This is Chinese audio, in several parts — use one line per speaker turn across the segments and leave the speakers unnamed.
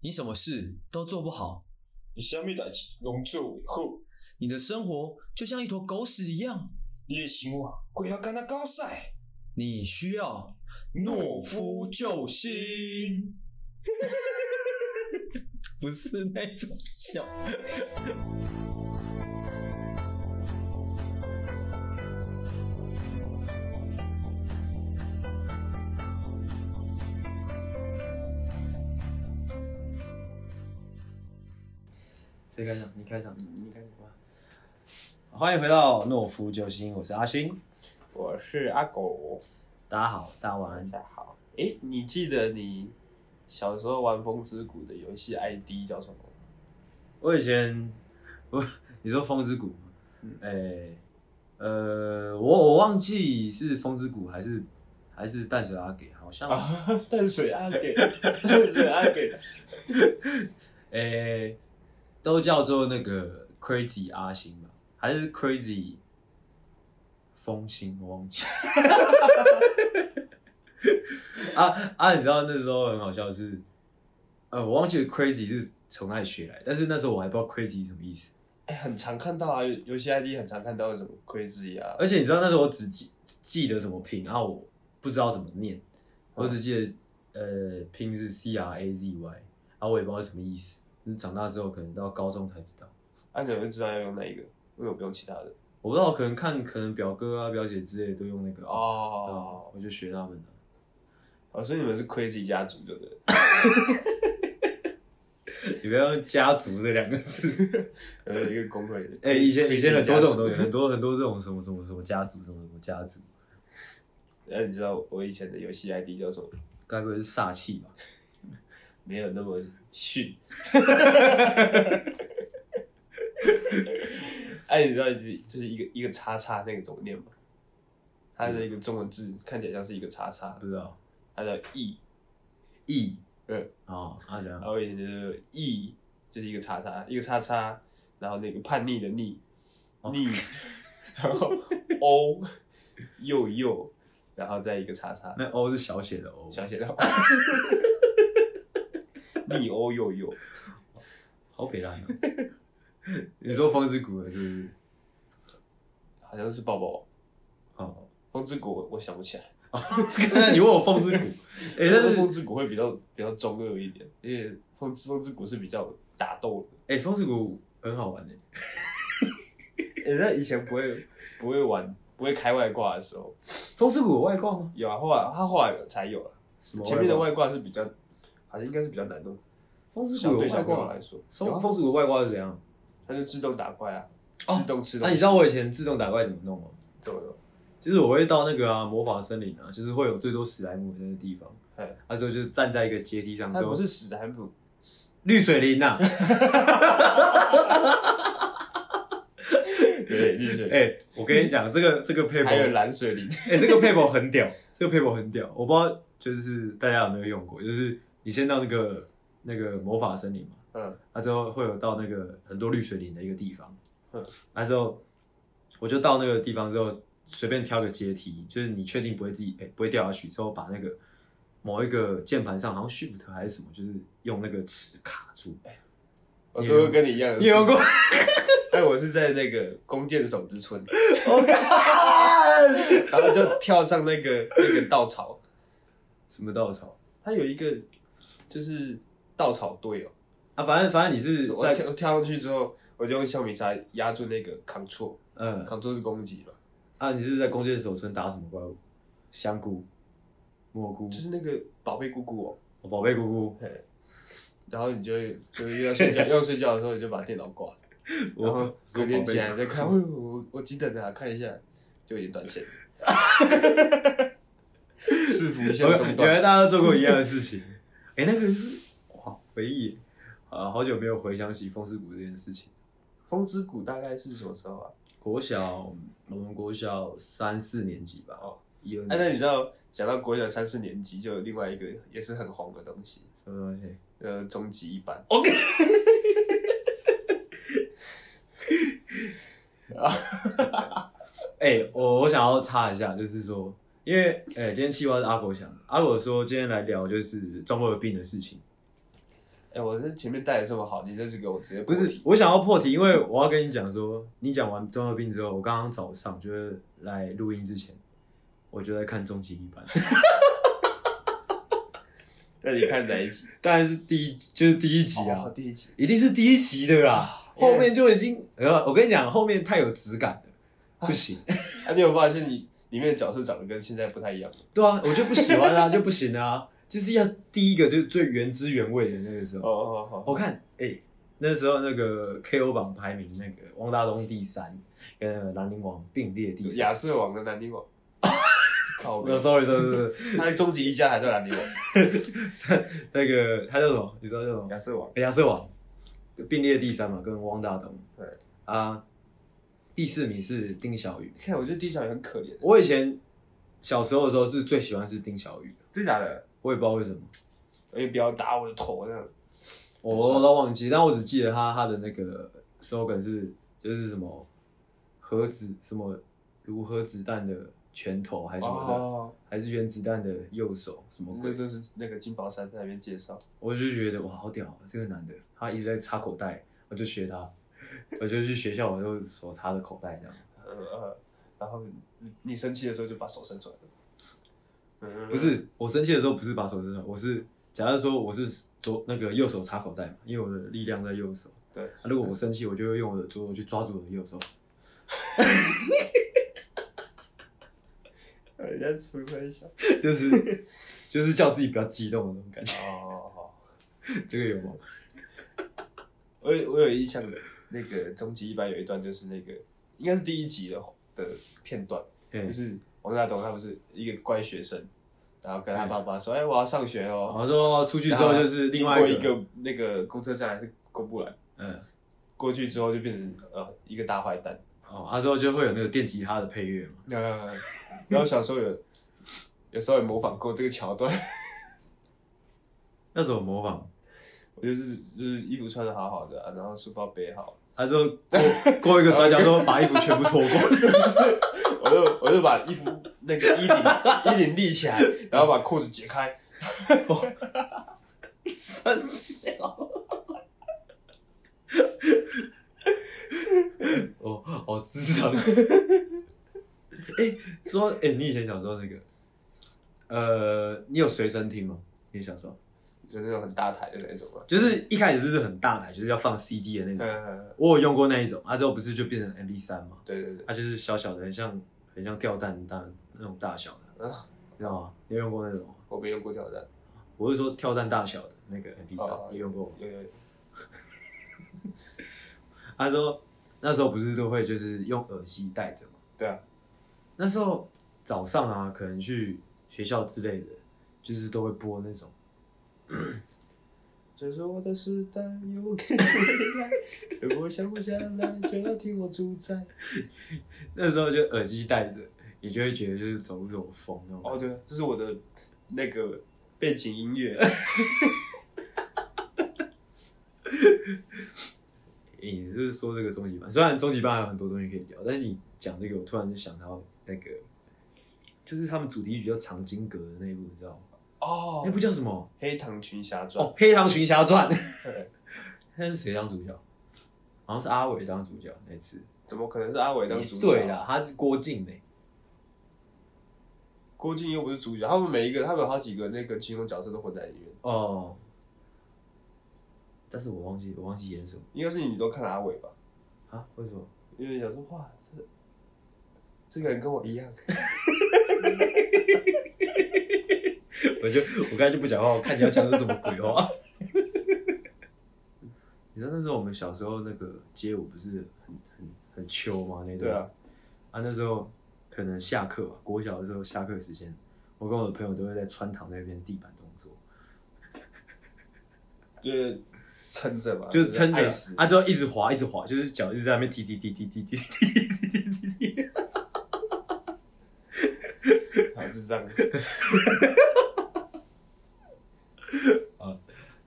你什么事都做不好，
你虾米代志拢做袂好，
你的生活就像一坨狗屎一样。
你的生活过啊敢若狗屎，
你需要懦夫救星， 不是那种笑。
谁开场？你开场，你开场吧。欢迎回到懦夫救星，我是阿星。
我是阿狗，
大家好，大家晚
大
安。
家好。诶，你记得你小时候玩《风之谷》的游戏 ID 叫什么吗？
我以前， 我你说风之谷
嗯，
哎、呃，我我忘记是风之谷还是还是淡水阿给，好像，哎、
啊，淡水阿 给，淡水阿给，
哎都叫做那个 Crazy 阿星吧，还是 Crazy 风星，我忘记。 啊啊！你知道那时候很好笑是，呃，我忘记了 crazy 是从哪里学来，但是那时候我还不知道 crazy 是什么意思。
哎，很常看到啊，游游戏 ID 很常看到什么 crazy 啊，
而且你知道那时候我只记记得怎么拼，然、后我不知道怎么
嗯
念，我只记得呃拼是 C R A Z Y，然后我也不知道什么意思。就是长大之后可能到高中才知道，
啊，你们知道要用那一个，因为我不用其他的。
我不知道可能看可能表哥啊表姐之类的都用那个，对啊
哦，
我就学他们的。
哦，所以你们是 crazy 家族，对不对？
你不要用家族这两个字。
有呃一个公会的。
哎、以前
crazy
以前很多这种东西，
家族
很多很多这种什么什么什么家族，什么什么家族，
哎，你知道我以前的游戏 ID 叫什么？
该不会是煞气吧？
没有那么逊。 哎，你知道就是就是一个一个叉叉那个怎么念吗？它的一个中文字看起来像是一个叉叉
不，知道，
它叫 e，
义，
嗯，
哦，阿良
然，后以前就是 e 就是一个叉叉，一个叉叉，然后那个叛逆的逆
哦
逆，然后 o 又又，然后再一个叉叉，
那 O 是小写的 O，
小写的 O 逆 o 又又，
好北烂、啊。 你说风之谷了是不是？
好像是抱抱。
哦，
风之谷我我想不起来，
那你问我风之 谷，哎、
但
但
是
是
风之谷会比较比较中二一点，因为风之风之谷是比较打斗
哎、风之谷很好玩的、
的。人家以前不会不会玩不会开外挂的时候，
风之谷有外挂吗？
有啊，后来他后来有才有了、啊
什么
前面的
挂
外挂是比较好像应该是比较难弄，
风之
相
谷
对
有
小
外
朋友
挂
来，说，有
风
啊
风之谷外挂是怎样？
它就自动打怪啊，
哦
自动吃
那、
东
你
西。
知道我以前自动打怪怎么弄吗？
对对，
就是我会到那个啊魔法森林啊，就是会有最多史莱姆的那个地方，
哎，
那时候就是站在一个阶梯上，
它
之后
不是史莱姆，
绿水林 呐、啊，
对， 绿水，
哎、我跟你讲，这个这个 paper，
还有
哎、
蓝水林，
这个 paper 很屌， 这个 paper 很屌，我不知道就是大家有没有用过，就是你先到那个那个魔法森林嘛，
嗯，
那、之后会有到那个很多绿水林的一个地方
嗯，
那、之后我就到那个地方之后，随便挑个阶梯，就是你确定不会自己哎、不会掉下去，之后把那个某一个键盘上，好像 shift 还是什么，就是用那个尺卡住，
我都会跟你一样的事，
你有用过？
但我是在那个弓箭手之村。
我靠！
然后就跳上那个 那个稻草，
什么稻草？
它有一个就是稻草堆哦、
啊，反正反正你是
我
在
跳跳上去之后，我就用橡皮擦压住那个 Ctrl，Ctrl
嗯
是攻击嘛，
啊，你是在弓箭手村打什么怪物？香菇、蘑菇
就、是那个宝贝姑姑哦、
哦宝贝姑姑，
嘿，然后你就会就是 要睡觉，要睡觉的时候你就把电脑挂着， 然后
我
隔天起来
说宝贝
再看，哦，我我几点啊？看一下，就已 经断线了。伺服线
哦
中
原来
断，
大家都做过一样的事情。 哎、那个是哇，回忆耶啊，好久没有回想起风之谷这件事情。
风之谷大概是什么时候啊？
国小，我们国小三四年级吧，哦，一二
哎、
年
那
级
你知道，讲到国小三四年级，就有另外一个也是很红的东西，
什么东西？
呃，终极一班。
OK
啊，
哎、我我想要插一下，就是说，因为哎、今天计划是阿狗想的，阿狗说今天来聊就是中二病的事情。
哎、哎，我这前面带的这么好，你这是给我直接
不
破
是
题，
我想要破题，因为我要跟你讲说，你讲完中二病之后，我刚刚早上就是来录音之前，我就在看终极一班，
那你看哪一集？
当然是第一，就是第一集啊，
哦 第一集。
一定是第一集的啦。
Yeah
后面就已经，呃，我跟你讲，后面太有质感了，不行。
啊，你有发现你里面的角色长得跟现在不太一样吗？
对啊，我就不喜欢啊，就不行啊，就是要第一个就是最原汁原味的那个时候。
哦哦哦，
我看，哎、那时候那个 KO 榜排名，那个汪大东第三，跟兰陵王并列第三。
亚瑟王跟兰陵 王，靠
那 sorry sorry sorry，
他的终极一家还在兰陵王，
那个他叫什么？你知道叫什么？
亚瑟王，
哎亚瑟王并列第三嘛，跟汪大东。
对
啊，第四名是丁小雨。
看我觉得丁小雨很可怜，
我以前小时候的时候是最喜欢是丁小雨的，
真假的？
我也不知道为什么，
因为不要打我的头那样，
我我都忘记，但我只记得他他的那个 slogan 是就是什么核子什么如核子弹的拳头还是什么的，
哦，
还是原子弹的右手什么
那
鬼，
就是那个金宝山在那边介绍，
我就觉得哇好屌啊，这个男的他一直在插口袋，我就学他，我就去学校我就手插着口袋这样，
呃呃，然后你你生气的时候就把手伸出来，嗯
不，是我生气的时候不是把手伸出来，我是。假如说我是左那个右手插口袋嘛，因为我的力量在右手，
对，
啊如果我生气，我就会用我的左手去抓住我的右手。
人家出分享，
就是就是叫自己不要激动的那种感觉。
哦，好。
这个有吗？
我有我有印象的，那个终极一班有一段就是那个应该是第一集的的片段，就
嗯，
是王大董他不是一个乖学生，然后跟他爸爸说：“哎、我要上学
嗯然
哦。
后说出去之
然后
后就是另外
经过
一
一，个那个公车站还是公布栏，
嗯，
过去之后就变成呃一个大坏蛋。
哦，啊之后就会有那个电吉他的配乐嘛。
呃，然后小时候有有稍微模仿过这个桥段，
那时候模仿，
我就是就是衣服穿的好好的、啊，然后书包背好，
他说过过一个转角之后把衣服全部脱光，
我就我就把衣服那个衣领衣领立起来，然后把裤子解开，
三小。 哦，好智 障！哎、说哎、你以前小时候那个，呃，你有随身听吗？你小时候？
就那种很大台的那种嘛。
就是一开始就是很大台，就是要放 CD 的那种。
呃，
我有用过那一种，啊之后不是就变成 MP 三嘛，
对对对，
它就是小小的，很像很像吊蛋大那种大小的，
啊，
你知道吗？你有用过那种吗？
我没用过挑战，
我是说跳蛋大小的那个 MP 三
哦，
你用过吗？
有有有，
他说那时候不是都会就是用耳机戴着嘛，
对啊，
那时候早上啊，可能去学校之类的，就是都会播那种，
这是我的时代，有给你未来，如果想不下来，就要听我主宰。
那时候就耳机戴着，你就会觉得就是走路有风那种感觉。
哦，对，这是我的那个背景音乐，
欸你是说这个终极班？虽然终极班还有很多东西可以聊，但是你讲这个，我突然就想到那个，就是他们主题曲叫《藏经阁》的那一部，你知道吗？
哦
那，部叫什么？
黑糖群侠传
哦，，《黑糖群侠传》
对。
那是谁当主角？好像是阿伟当主角那次。
怎么可能是阿伟当主角？啊
对，啦，他是郭靖呢、
郭靖又不是主角，他们每一个，他们有好几个那个青龙角色都混在里面，
哦，但是我忘记我忘记演什么
应该是你都看阿伟吧？
啊？为什么？
因为想说哇，这这个人跟我一样，
我就我刚才就不讲话，我看你要讲的是什么鬼话。你知道那时候我们小时候那个街舞不是很很很秋吗？那段
对啊，
啊那时候可能下课吧，国小的时候下课时间，我跟我的朋友都会在穿堂那边地板动作，
就是撑着嘛，
就是撑着
爱死，
啊之后一直滑一直滑，就是脚一直在那边踢踢踢踢踢踢踢踢踢踢踢踢，
好智障。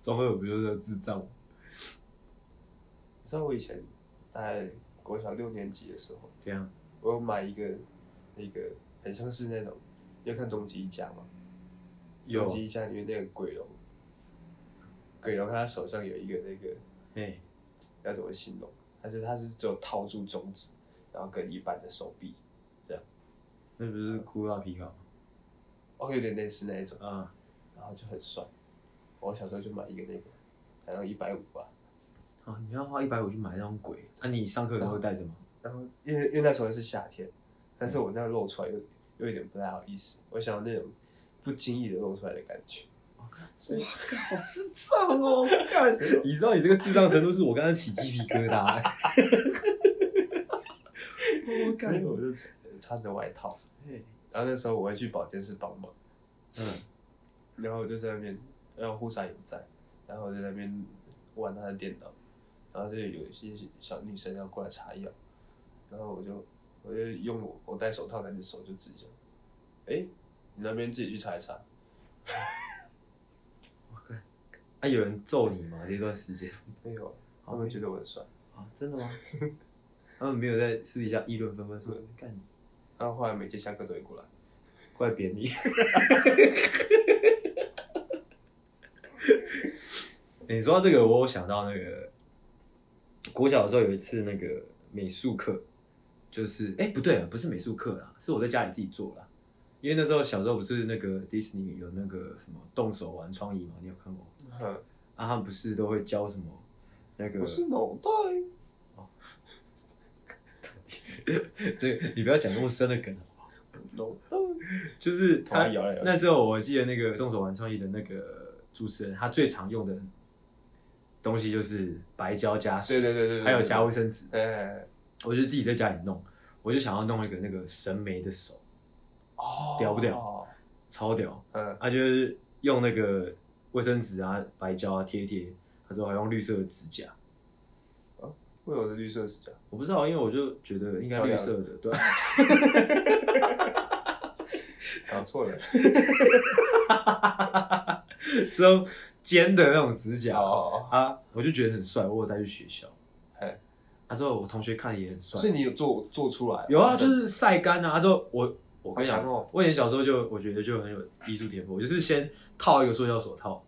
中二不就是智障？
你知道我以前大概国小六年级的时候，
这样
我有买一个那个很像是那种，你有看《终极一家》吗？
有
终极一家》里面那个鬼龙，鬼龙他手上有一个那个
哎，
要怎么形容？他说他是只有套住中指，然后跟一半的手臂，
那不是库拉皮卡吗？
哦，有点类似那一种，
啊，
然后就很帅。我小时候就买一个那个，然后一百五吧，
啊，你要花一百五去买那种鬼？那、你上课的时候会带着吗？
然后因为因为那时候是夏天，但是我那样露出来又又有点不太好意思，我想要那种不经意的露出来的感觉。
哇靠，好智障哦！看， 你知道你这个智障程度是我刚刚起鸡皮疙瘩、我
所以我就穿着外套，然后那时候我会去保健室帮忙，
嗯，
然后我就在那边，然后护伞也不在，然后我就在那边玩他的电脑，然后就有一些小女生要过来擦药，然后我就我就用我我戴手套那只手就指一下，哎、你那边自己去擦一擦，
啊，有人揍你吗？这段时间
没有，啊他们觉得我很帅，
啊，真的吗？ 嗯他们没有在私底下议论纷纷说，干，
然后后来每节下课都会过来，
快扁你！你说到这个，我有想到那个国小的时候有一次那个美术课，就是哎、不对啊，不是美术课啦，是我在家里自己做啦。因为那时候小时候不是那个迪士尼有那个什么动手玩创意嘛，你有看过？
哼，
啊，他们不是都会教什么那个？
脑袋，
对，你不要讲那么深的梗好不好
脑袋，
就是
突
他
然摇来摇去
那时候我记得那个动手玩创意的那个主持人，他最常用的东西就是白胶加水，
对对对对对，
还有加卫生纸。
哎，哎，哎
我就自己在家里弄，我就想要弄一个那个神眉的手，
哦，
屌不屌？超屌！
嗯，
他、就是用那个卫生纸啊、白胶啊贴一贴，他之后还用绿色的指甲。
为什么是绿色指甲？
我不知道，因为我就觉得应该绿色的，对啊，
搞错了，
是用尖的那种指甲
哦哦
啊，我就觉得很帅，我有带去学校。
嘿
啊，之后我同学看了也很
哦，
帅
所，以你有做做出来？
有啊，就是晒干啊。之后我我跟你
好
讲，
强哦
我以前小时候就我觉得就很有艺术天赋，我就是先套一个塑胶手套，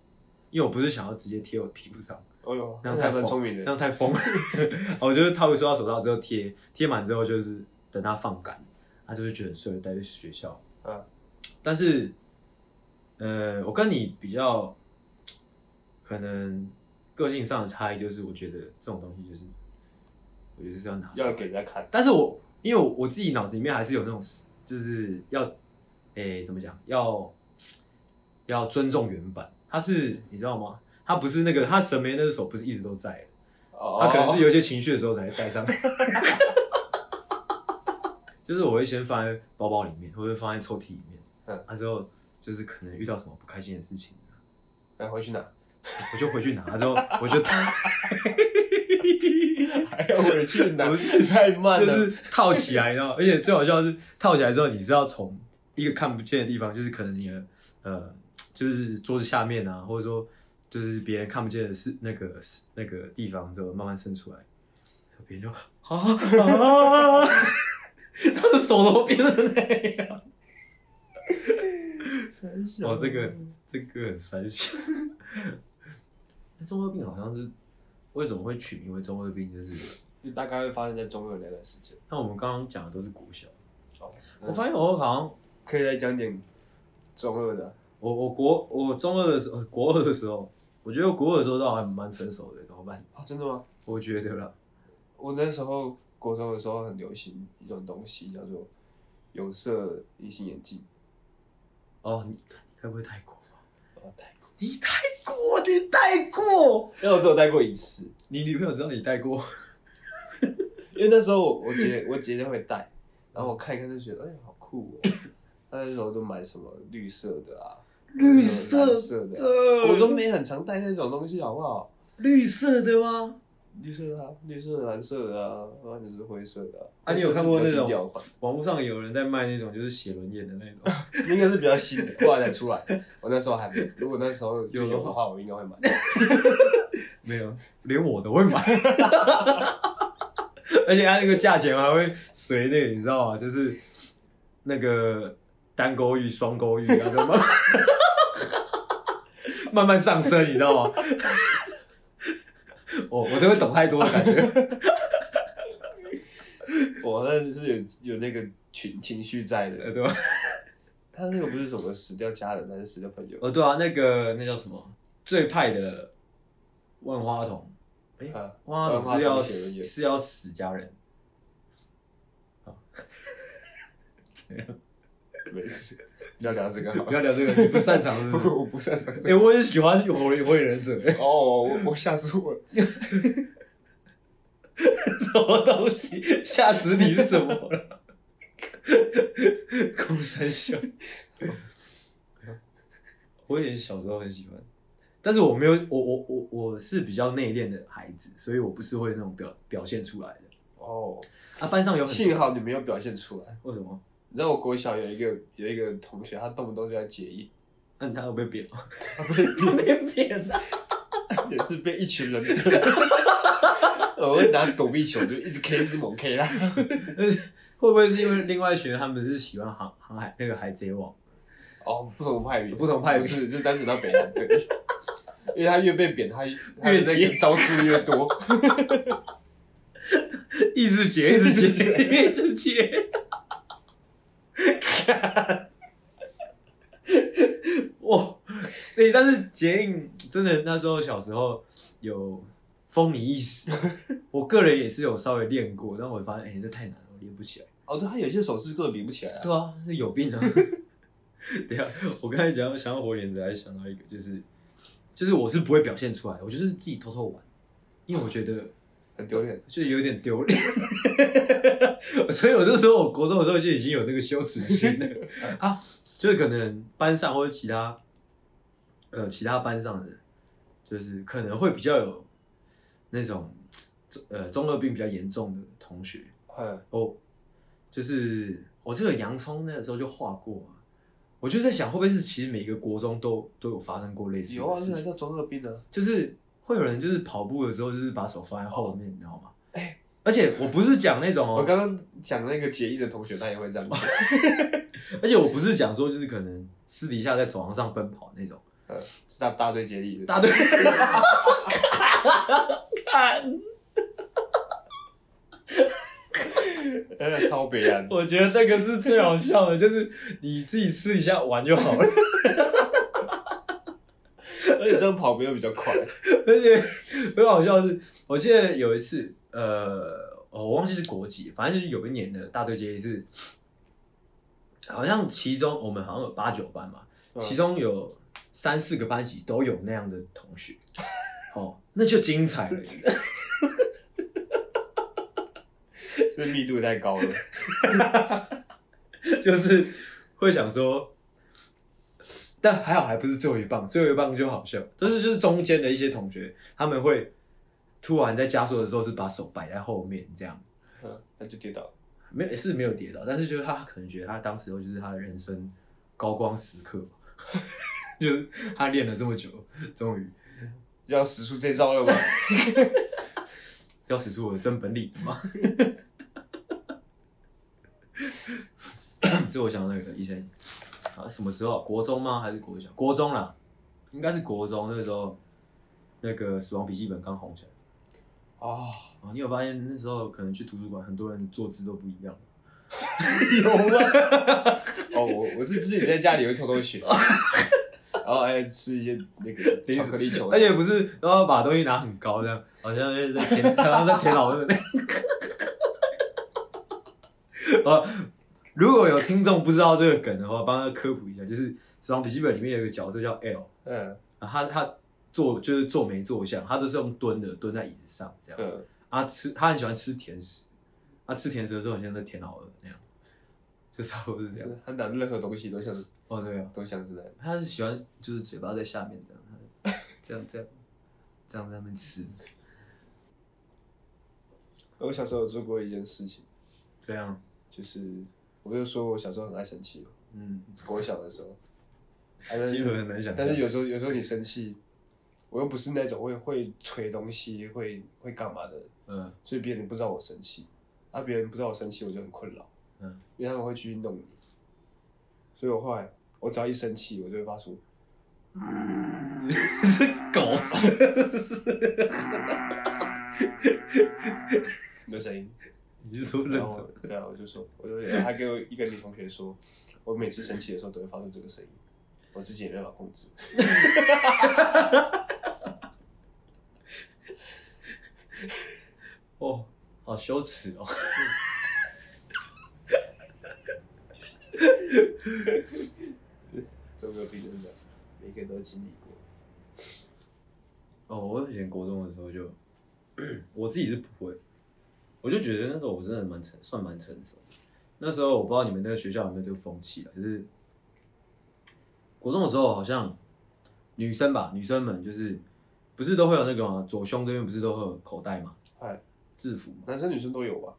因为我不是想要直接贴我皮肤上，
哦呦，
那
那
样
还
太
蛮
疯
聪明
那
的。
样太疯了。 我就是套一个塑胶手套之后贴，贴满之后就是等它放干，他就会觉得很帅，带去学校。
嗯，
但是呃，我跟你比较可能个性上的差异就是，我觉得这种东西就是我觉得是要拿出来
要给人家看，
但是我因为我我自己脑子里面还是有那种，就是要，诶、怎么讲？要要尊重原版。他是你知道吗？他不是那个，他神眉那只手不是一直都在的，
哦
他可能是有一些情绪的时候才会带上。 就是我会先放在包包里面，或者放在抽屉里面。
嗯，
那之后就是可能遇到什么不开心的事情，
然哦后回 去拿，
我就回去拿，之后我就 哎
还要回去 拿，太慢
就
了。
是套起来，然后而且最好笑的是套起来之后，你是要从一个看不见的地方，就是可能你的呃，就是桌子下面啊，或者说就是别人看不见的是那个是那个地方之后慢慢伸出来，别人就啊啊，他的手怎么变成那样？哦，这个这个很三小。那中二病好像是为什么会取名为中二病，就是
就大概会发生在中二那段时间。
那我们刚刚讲的都是国小。
哦，
我发现我好像
可以再讲点中二的，
我我国我中二的时候，国二的时候，我觉得我国二的时候倒还蛮成熟的，怎么办？
啊，真的吗？
我觉得啦，
我那时候国中的时候很流行一种东西叫做有色隐形眼镜，
哦，你你该不会太过吧？
我戴过，
你太过，你太过，
哦因为我只有戴过一次，
你女朋友知道你戴过？
因为那时候我我姐 我姐就会戴，然后我看一看就觉得哎呀好酷哦，那时候都买什么绿色的啊，
绿色
蓝色的 啊、国中没很常戴那种东西，好不好？
绿色的吗？
绿色的、啊，绿色的、蓝色的啊，或者是灰色的啊。
啊你有看过那种
比较低调款？
网络上有人在卖那种就是写轮眼的那种，
应该是比较新的，后来才出来。我那时候还没有，如果那时候就
有的
有
话
的话，我应该会买。
没有，连我都会 买，而且它那个价钱还会随那个你知道吗？就是那个单勾玉、双勾玉啊什么。 慢慢上升，你知道吗？ 我我都会懂太多的感觉。
我那是有有那个情情绪在的。
呃对吧？
他那个不是什么死掉家人，还是死掉朋友？
哦，对啊，那个那叫什么最派的万花筒，
啊，
万花筒是要死是要死家人，
没事，不要讲这个好
不
了。
要聊这个，你不擅长 是不是？
我不擅长这
哎、
个。
我也喜欢火影火影忍者，
哦，我我吓死我了！
什么东西？吓死你是什么 了？空三笑。我以前小时候很喜欢，但是我没有，我我我我是比较内敛的孩子，所以我不是会那种表表现出来的。
哦，
啊，班上有很
幸
多
好你没有表现出来。
为什么？
你知道我国小有一个有一个同学，他动不动就在解意，
那、他有被扁 吗？他被扁啊的、
也是被一群 人。我会拿躲避球就一直 K 一直猛 K 他。
会不会是因为另外一群人他们是喜欢航航海那个海贼王？
哦，不同派别，
不同派别
不是，就单纯到北南对。 因为他越被扁，他他的那
越接
个招数越 多。
一直接，一直接， 一直接。 哇，对，但是捷运真的那时候小时候有风靡一时，我个人也是有稍微练过，但我发现哎、这太难了，我练不起来。
哦，对，他有些手势根本比不起来啊。
对啊，那有病啊！ 等一下，啊我刚才讲想要火影，还想到一个，就是就是我是不会表现出来，我就是自己偷偷玩，因为我觉得。
很丢脸。
就有点丢脸。 所以我就说，我国中的时候就已经有那个羞耻心 了啊，就是可能班上或者其他呃其他班上的，就是可能会比较有那种呃中二病比较严重的同学
嗯，
哦，就是我这个洋葱那个时候就画过啊。我就在想，会不会是其实每个国中都都有发生过类似的
有啊，
事
那
情
才叫中二病呢。
就是会有人就是跑步的时候就是把手放在后面，你知道吗？而且我不是讲那种
哎我
哦，
刚刚讲那个结义的同学，他也会这样做。
而且我不是讲说就是可能私底下在走廊上奔跑那种，
嗯，是他大队接力的。
大队。看，
呃，超北 岸。
我觉得那个是最好笑的，就是你自己私底下玩就好 了，
而且这样跑没有比较 快。
而且很好笑的是，我记得有一次，呃，哦我忘记是国籍，反正就是有一年的大队接力是，好像其中我们好像有八九班嘛，其中有三四个班级都有那样的同学， 哦，那就精彩了。
这嗯密度也太高了。
就是会想说，但还好还不是最后一棒，最后一棒就好笑，就是就是中间的一些同学，他们会突然在加速的时候是把手摆在后面这样，
嗯，那就跌倒了。
没有是没有跌倒，但是就是他可能觉得他当时候就是他的人生高光时刻， 就是他练了这么久，终于
就要使出这招 了吗？
要使出我的真本领吗？ 这我想到那个以前啊，什么时候啊？国中吗？还是国小？国中啦，应该是国中那个时候，那个《死亡笔记本》刚红起来
哦，
啊。你有发现那时候可能去图书馆，很多人的坐姿都不一样。
有吗？哦，我我是自己在家里会偷偷学， 然后哎吃一些那个 巧克力球，
而且不是都要把东西拿很高，这样好像在在舔，好像在舔老二那样。呃，如果有听众不知道这个梗的话，帮他科普一下，就是《死亡笔记本》里面有一个角色叫 L，
嗯
啊，他他坐就是坐没坐相，他都是用蹲的，蹲在椅子上这样。
嗯，
啊，吃他很喜欢吃甜食，他吃甜食的时候很像在舔老二那样，就差不多是这
就
样。
是他拿任何东西都像
哦，对啊，
都像是那样，
他是喜欢就是嘴巴在下面这样，他这样这样这样在那边吃。
我小时候有做过一件事情，
这样，
就是我不是说我小时候很爱生气嘛，
嗯，
我小的时候，啊但
其实
是
很难想象。
但是有时候有时候你生气，我又不是那种会会捶东西会会干嘛的人，
嗯，
所以别人不知道我生气，啊，别人不知道我生气，我就很困扰，
嗯，
因为他们会去弄你，所以我后来我只要一生气，我就会发出
是狗，啊
没声音。
你是 说认
然后
真？
我对啊，我就说，我就还给我一个女同学说，我每次生气的时候都会发出这个声音，我自己也没办法控制。
哦，好羞耻哦。
这个病真的，每个人都经历过。
哦，我以前国中的时候就，我自己是不会，我就觉得那时候我真的蛮成，算蛮成熟的。那时候我不知道你们那个学校有没有这个风气啊，就是国中的时候好像女生吧，女生们就是不是都会有那个嘛，左胸这边不是都会有口袋嘛，
哎，
制服嘛。
男生女生都有吧？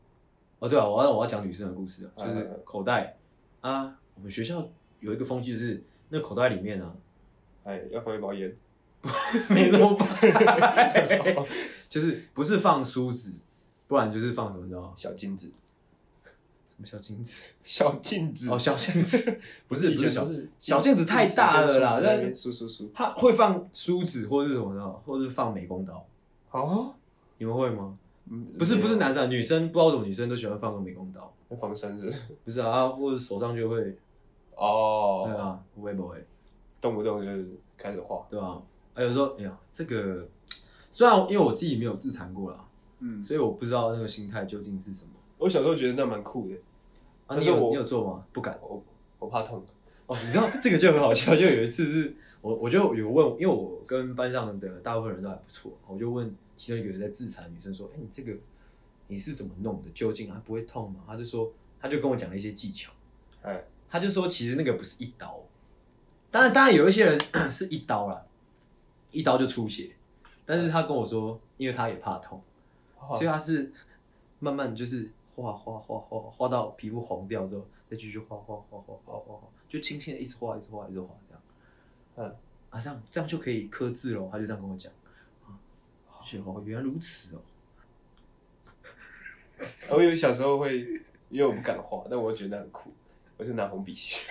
哦，对啊，我要我要讲女生的故事啊，就
哎哎
是
哎
口袋啊，我们学校有一个风气就是那口袋里面啊，
哎，要放一包烟。
没那么白， 就是不是放梳子，不然就是放什么你知道吗
小镜子，
什么小镜子？
小镜子
哦，小镜子 不是
以
不
前
是小
都是
小镜子太大了啦，但
叔叔叔，
他会放梳子或是什么的，或者是放美工刀，
啊，
你们会吗？
嗯
不是不是，男生啊，女生不知道为什么女生都喜欢放个美工刀，
没有防身是不是
不是啊，啊或者手上就会对
哦，
啊，不会不会
动不动就是开始画，
对吧？还有说，哎呀，这个虽然因为我自己没有自残过啦，
嗯，
所以我不知道那个心态究竟是什么。
我小时候觉得那蛮酷的，
啊，
但
你
是
有
我
你有做吗？不敢。
我我怕痛，
哦，你知道这个就很好笑，就有一次是我我就有问，因为我跟班上的大部分人都还不错，我就问其中一个在自残的女生说：“哎、你这个你是怎么弄的？究竟它不会痛吗？”她就说，她就跟我讲了一些技巧，
哎，
她就说其实那个不是一刀，当然当然有一些人 是一刀啦，一刀就出血，但是她跟我说，因为她也怕痛，所以她是啊慢慢就是画画画画画到皮肤红掉之后，再继续画画画画画画画，就轻轻的一直画一直画一直画这样。
嗯，
啊，这样这样就可以刻字了。他就这样跟我讲。啊，我觉得哦，原来如此哦。
我有小时候会，因为我不敢画，但我觉得很酷，我就拿红笔写，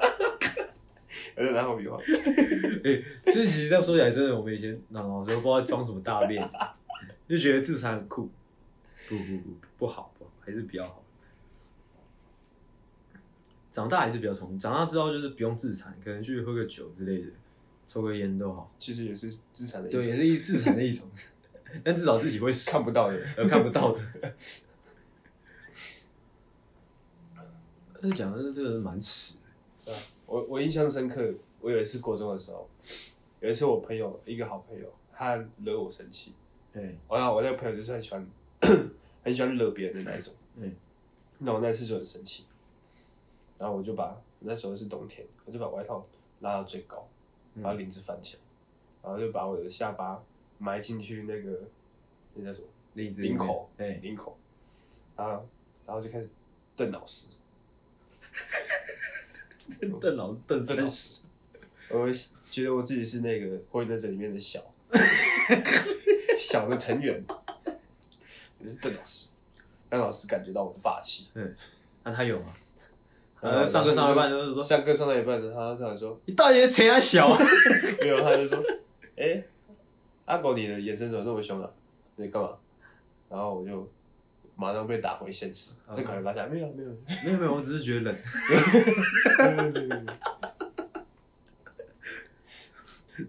我就拿红笔画，
哎、这其实这样说起来，真的，我们以前脑脑子都不知道装什么大便，就觉得自残很酷。不不不，不好不好，还是比较好。长大还是比较从长大之后就是不用自残，可能去喝个酒之类的，抽个烟都好。
其实也是资产的一
对，也
种，
是一自残的一种， 但至少自己会死，
看不到的，
呃看不到的。 但是讲的这个人蛮迟，
我我印象深刻，我有一次国中的时候，有一次我朋友一个好朋友，他惹我生气，
对，
我想我那个朋友就是很喜欢 很喜欢惹别人的那一种，
嗯，
那我那次就很生气，然后我就把那时候是冬天，我就把外套拉到最高，
嗯
然后领子翻起来，然后就把我的下巴埋进去那个那叫什么
林
领口，
对，
领口，然后然后就开始瞪老师，
邓老邓
邓老
三
师，我会觉得我自己是那个《火影忍者》里面 的小小的成员，我是邓老师，让老师感觉到我的霸气。
那他有吗？
然后
呃，上课上到一半
老
就
师
是
说
说，
上课上到一半，他突然说
你到底是谁啊小？
没有，他就说，哎、阿狗你的眼神怎么那么凶啊？你在干嘛？然后我就马上被打回现实，
嗯
就赶快发现没有没有，
没有没有，我只是觉得冷。
没有没有没有没有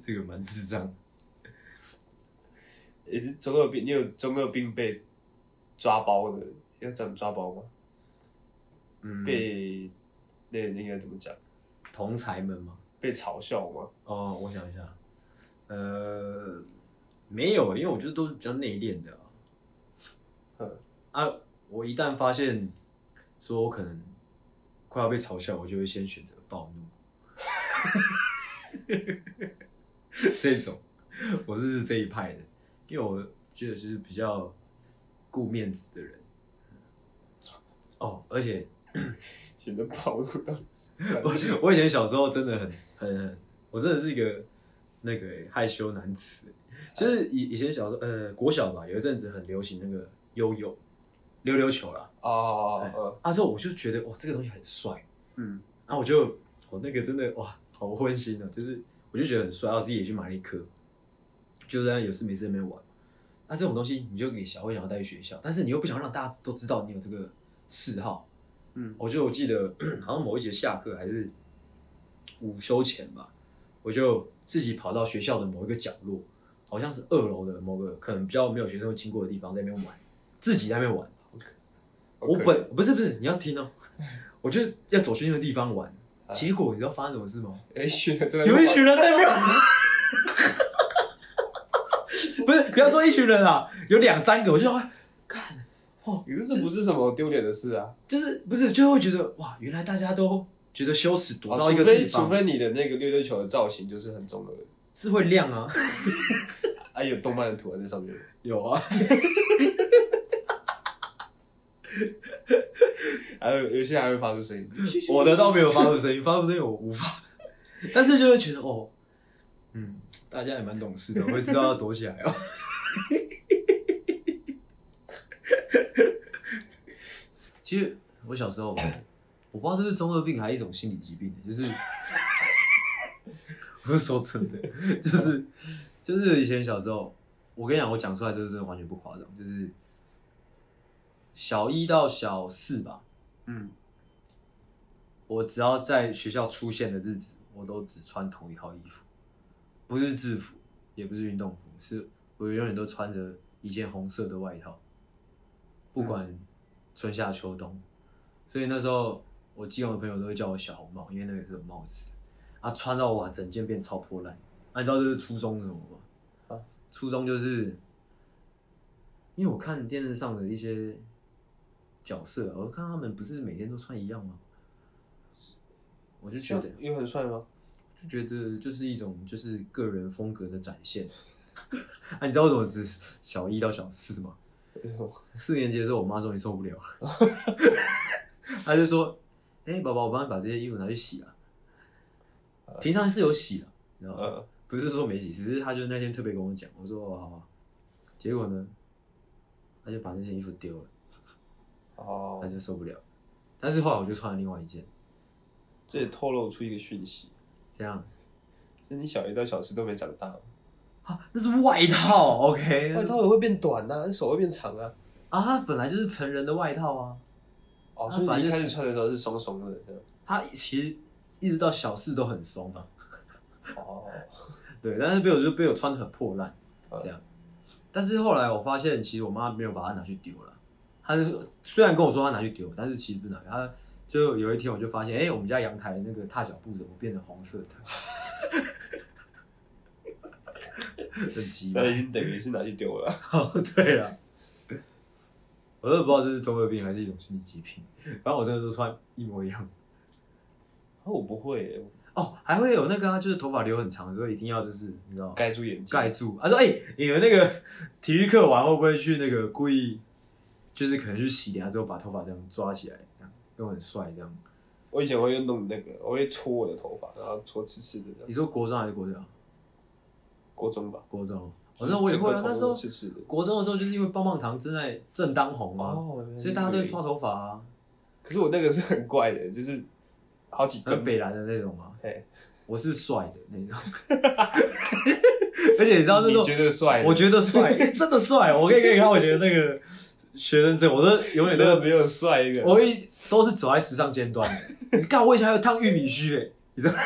这个蛮智障。
诶中二 病，你有中二病被抓包的，要讲抓包吗？
嗯，
被那那个怎么讲？
同才们吗？
被嘲笑吗？
哦，我想一下，呃，没有，因为我觉得都是比较内敛的啊
嗯。
啊，我一旦发现说我可能快要被嘲笑，我就会先选择暴怒。 这种，我是这一派的，因为我觉得就是比较顾面子的人。哦，而且
选择跑路到底是 算
我我以前小时候真的很很，我真的是一个那个欸害羞男子，就是以以前小时候呃国小吧，有一阵子很流行那个悠悠溜溜球啦，
哦，
哎
呃，
啊之后我就觉得哇这个东西很帅，
嗯，
啊我就我那个真的哇好温馨啊！就是我就觉得很帅，然后自己也去买了一颗，就在那有事没事在那边玩。那、这种东西你就给小慧想要带去学校，但是你又不想让大家都知道你有这个嗜好。
嗯
我就我记得 好像某一节下课还是午休前吧，我就自己跑到学校的某一个角落，好像是二楼的某个可能比较没有学生会经过的地方，在那边玩，自己在那边玩。我本不是不是，你要听哦，我就要走去那个地方玩。
嗯啊
结果你知道发生什么事吗？
有一群人真的
有一群人在那边玩， 不是不要说一群人啦，有两三个，我就想哇看哦，
可是这不是什么丢脸的事啊！
就是不是就会觉得哇，原来大家都觉得羞耻躲
啊
到一
除
个
非
地
除
方，
非你的那个溜溜球的造型就是很中二，
是会亮啊，
啊有动漫的图案在上面，
有啊，
还有有些还会发出声音。
我的
嗯
倒没有发出 声音，发出声音我无法，但是就会觉得哦，嗯，大家也蛮懂事的，我会知道要躲起来哦。其实我小时候，我不知道这是中二病还是一种心理疾病，就是我是说真的，就是就是以前小时候，我跟你讲，我讲出来这个真的完全不夸张，就是小一到小四吧，
嗯，
我只要在学校出现的日子，我都只穿同一套衣服，不是制服，也不是运动服，是我永远都穿着一件红色的外套，不管春夏秋冬。所以那时候我基隆的朋友都会叫我小红帽，因为那个是个帽子，啊，穿到哇，整件变超破烂。啊，你知道这是初中是什么吗？
啊
初中就是因为我看电视上的一些角色啊，我看他们不是每天都穿一样吗？我就觉得，
有很帅吗？
就觉得就是一种就是个人风格的展现。 啊，你知道为什么只小一到小四吗？
为什么？
四年级的时候，我妈终于受 不了了，她就说：“哎、宝宝，我帮你把这些衣服拿去洗啊。”平常是有洗的、你知道吗？
呃，
不是说没洗，只是他就那天特别跟我讲，我说哦好啊，结果呢，他就把那件衣服丢了，他
哦，
就受不了。但是后来我就穿了另外一件，
这也透露出一个讯息：
这样
那你小一到小四都没长大吗，
啊，那是外套，OK，
外套也会变短呐、你手会变长啊。
啊，它本来就是成人的外套啊，
哦，
啊
所以
反
你
正
一开
就
始
是
穿的时候是松松的，这样
它其实一直到小四都很松啊，
哦，
对，但是被我就被我穿的很破烂，
嗯
这样。但是后来我发现，其实我妈没有把它拿去丢了。她就虽然跟我说她拿去丢，但是其实不是拿去。她就有一天我就发现，哎、我们家阳台那个踏脚布怎么变成红色的？很急吧
那？已经等于是拿去丢了。
对啊，我都不知道这是中二病还是一种心理疾病。反正我真的都穿一模一样。
啊我不会耶，
哦，还会有那个、啊，就是头发留很长的时候，一定要就是你知道
我盖住眼睛。
盖住。他说：“哎、你们那个 体育课完会不会去那个故意，就是可能去洗脸之后把头发这样抓起来，这样又很帅这样？
我以前会弄那个，我会搓我的头发，然后搓刺刺的这样。
你说国中还是国小？
国中吧，
国中，
哦
反正我也会啊。那时候
刺刺的。
国中的时候，就是因为棒棒糖正在正当红啊，
原来
所以
是
大家都
这
会
个
抓头发啊，
可是我那个是很怪的，就是好几
很
根。
北蓝的那种啊。
哎，
我是帅的那种， 而且你知道那
你
种，
觉得帅的？
我觉得 帅，真的帅。我可以跟你看，我觉得那个学生证，我都永远
得
都
那个没有帅一个。
我一都是走在时尚尖端 的。你看，我以前还有烫玉米须诶、你知道？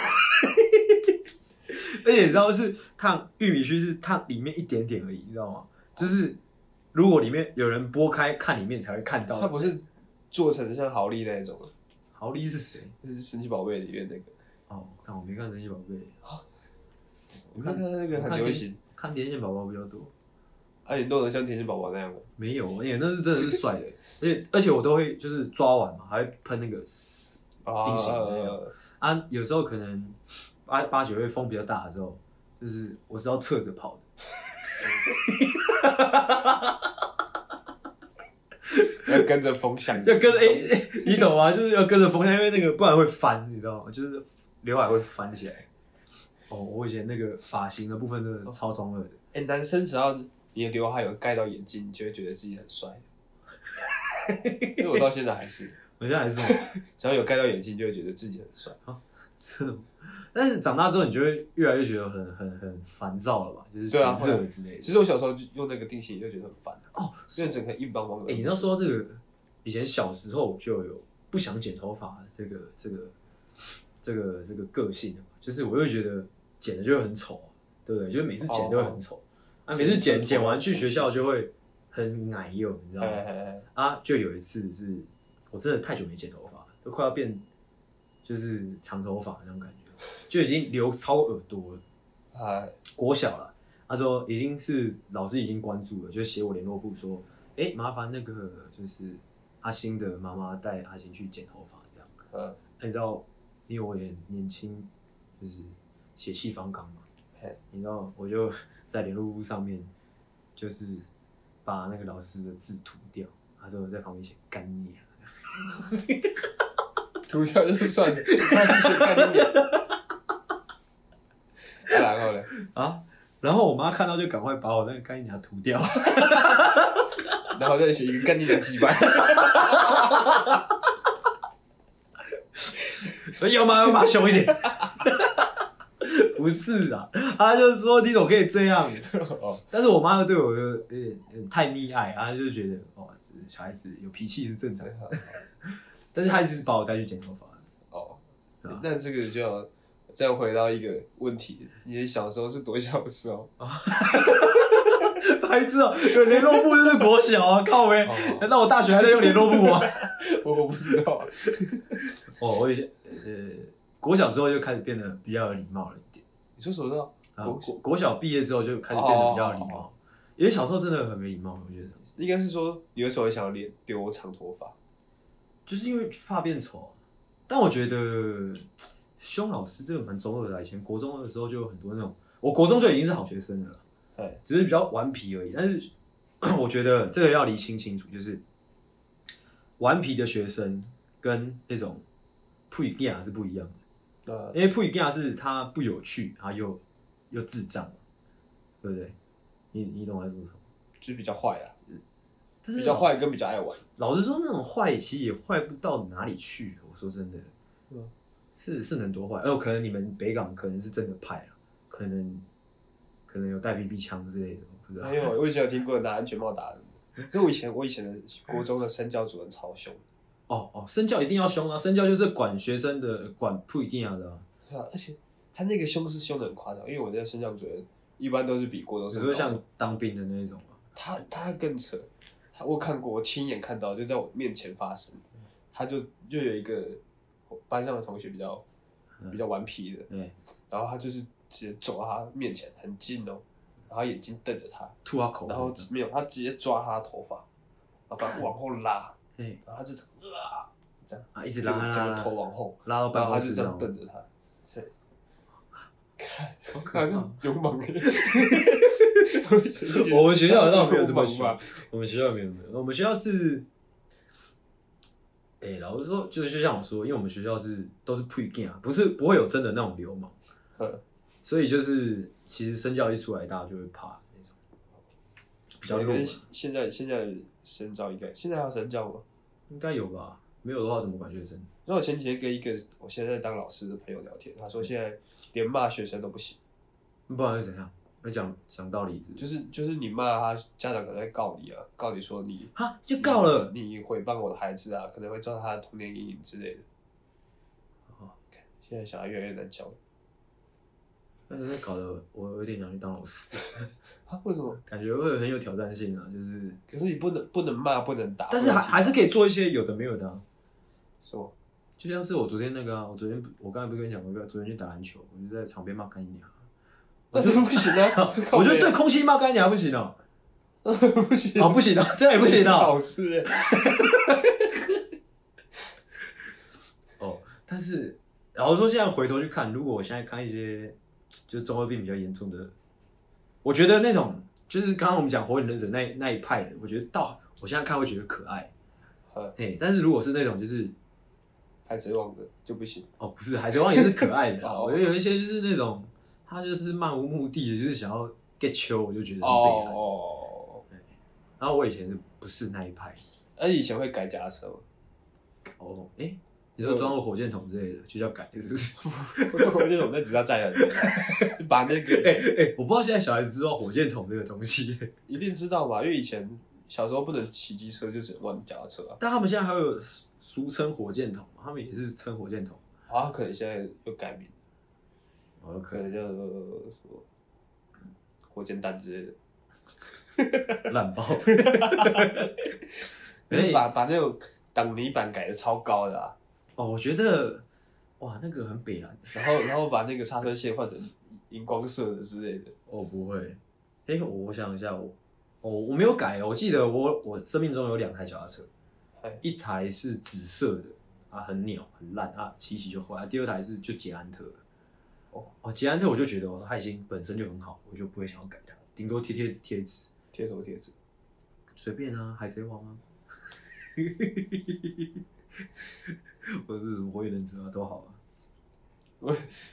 而且你知道是烫玉米须是烫里面一点点而已，你知道吗？就是如果里面有人拨开看里面才会看
他
到。
不是做成像豪利那一种，
豪利是谁？
就是神奇宝贝里面那个。
哦，看我没看神奇宝贝，
你看他那个
我
很
看
流
给
行，
看天线宝宝比较多。
啊，你弄得像天线宝宝那样吗？
没有，哎、那是真的是帅的，而且而且我都会就是抓完嘛，还会喷那个嘶
啊
定型的那种啊，有时候可能八八九月风比较大的时候，就是我是要侧着跑的。
啊要跟着风向，
要跟哎、欸你懂吗？就是要跟着风向，因为那个不然会翻，你知道吗？就是刘海会翻起来。哦，我以前那个发型的部分真的超中二的，
哎、男生只要你的刘海有盖到眼睛，你就会觉得自己很 帅。因为我到现在还是，
我现在还是这种
只要有盖到眼睛，就会觉得自己很帅。
这种但是长大之后，你就会越来越觉得很很很烦躁了吧？就是
对啊
觉得热之类的。
其实我小时候就用那个定型，就觉得很烦，
哦，
因为整个硬邦邦的。
哎、你要说到这个，以前小时候就有不想剪头发的这个这个这个这个个性，就是我会觉得剪了就会很丑啊，对不对？就是每次剪都会很丑，啊，每次剪剪完去学校就会很奶油，你知道
哎，
吗？
哎哎哎
啊，就有一次是我真的太久没剪头发了，都快要变就是长头发那种感觉，就已经留超耳朵了。
哎，
国小了，他说已经是老师已经关注了，就写我联络部说，哎、麻烦那个就是阿星的妈妈带阿星去剪头发这样。
嗯，
那你知道，因为我也年轻，就是血气方刚嘛
嘿，
你知道我就在联络部上面就是把那个老师的字涂掉，他说我在旁边写干你啊。
涂掉就算了， 看起看一眼。啊然后嘞，
啊然后我妈看到就赶快把我那个干你娘涂掉，
然后再写一个干你的鸡巴，
所以要骂要骂凶一点。不是啊，她就说你怎么可以这样？
哦，
但是我妈又对我有点有点太溺爱，她就觉得哦，小孩子有脾气是正常的，但是她一直把我带去剪头发。
哦
对啊，
那这个就要再回到一个问题，你小时候是多小的时候？
白痴哦、有联络部就是国小啊，靠呗
哦，
难道我大学还在用联络部吗？
我我不知道，
哦，我以前呃，国小之后就开始变得比较有礼貌了一点。
你说什么时候？
啊，
国
国国小毕业之后就开始变得比较有礼貌，因为小时候真的很没礼貌，我觉得，
应该是说有的时候也想要留留长头发，
就是因为怕变丑。但我觉得凶老师真的蛮中二的啊，以前国中的时候就有很多那种，我国中就已经是好学生了啦，
哎，
只是比较顽皮而已。但是 我觉得这个要厘清清楚，就是顽皮的学生跟那种不一样是不一样的。
呃，
因为不一定啊，是他不有趣，他又又智障，对不对？你你懂我在说什么？
就是比较坏啊，
但
比
是
较坏跟比较爱 玩。
老实说，那种坏其实也坏不到哪里去。我说真的，
嗯
是是能多坏？哦，可能你们北港可能是真的派啊，可能可能有带 BB 枪之类的，我不知道。
没有，我以前有听过拿安全帽打人的，可是我以前我以前的国中的身教主任超凶，
哦哦，身教一定要凶啊！身教就是管学生的，管不一定要的啊、
对啊，而且他那个凶是凶的很夸张，因为我那个身教主任一般都是比国中
只
生
是
高
像当兵的那一种啊。
他他更扯，他我看过，我亲眼看到，就在我面前发生。他就就有一个班上的同学比较
嗯
比较顽皮的，
对，
然后他就是直接走到他面前很近哦，然后眼睛瞪着他，
吐他口水。
然后没有他直接抓他的头发，然后把他往后拉，
哎
然后他就啊这样，
啊，一直
整
拉
个
拉
整
拉
个
拉
头往后，
拉到
然
办
后他
公
就
室
这
这
样
样，
瞪着他，所以看，
好可
好
怕
像流氓。
我们学校倒没有这么
凶
凶， 我们学校没有没有，我们学校是，哎、老实说，就是就像我说，因为我们学校是都是 pre game 啊，不是不会有真的那种流氓，
嗯
所以就是其实身教一出来，大家就会怕那种，比较弱
跟
嘛，
现在现在深造应该现在还有深造吗？
应该有吧？没有的话怎么管学生？
然后我前几天跟一个我现在当老师的朋友聊天，他说现在连骂学生都不行，
不然又怎样？要讲讲道理是不是
就是就是你骂他，家长可能会告你啊，告你说你
哈就告了，
你你诽谤我的孩子啊，可能会造成他的童年阴影之类的。
哦
看现在小孩越来越难教
但是搞得我有点想去当老师，
啊？为什么？
感觉会很有挑战性啊，就是，
可是你不能不能骂，不能打，
但是还
不能
还是可以做一些有的没有的、啊。
踢什么？
就像是我昨天那个啊，我昨天不我刚才不是跟你讲，我昨天去打篮球，我就在场边骂干你娘，！
那这不行啊
我觉得对空气骂干你娘不行哦、
对不行
哦，不行哦、真的也不行哦、
老师欸
哦，但是然后说现在回头去看，如果我现在看一些就是中二病比较严重的，我觉得那种就是刚刚我们讲火影忍者那那一派的，我觉得到我现在看会觉得可爱，
呃
嘿，但是如果是那种就是
海贼王的就不行。
哦，不是，海贼王也是可爱 的啊。
哦
我觉得有一些就是那种，他就是漫无目的的，就是想要 get 球，我就觉得很悲哀。
哦，
然后我以前不是那一派，
那、你以前会改夹车吗？
哦，哎、你说装入火箭筒之类的就叫改，是不是？
我做火箭筒那只要载人的， 把那
哎
个
哎，我不知道现在小孩子知道火箭筒这个东西，
一定知道吧？因为以前小时候不能骑机车，就只能玩脚踏车啊。
但他们现在还有俗俗称火箭筒嘛，他们也是称火箭筒，
啊，可能现在又改名，
我就哦可
可能叫做什么火箭弹之类的。
以烂爆。
就
哎、
是把把那种挡泥板改的超高的、啊，
哦，我觉得哇，那个很北蓝。
然后然后把那个刹车线换成荧光色的之类的。
哦，不会。哎、我我想一下，我哦，我没有改哦。我记得我我生命中有两台脚踏车
哎，
一台是紫色的啊，很鸟很烂啊，骑骑就坏、啊。第二台是就捷安特的
哦
哦，捷安特我就觉得哦，它已经本身就很好，我就不会想要改它，顶多贴贴贴纸，
贴什么贴纸？
随便啊，海贼王啊， 或者是什么火影忍者啊，都好啊。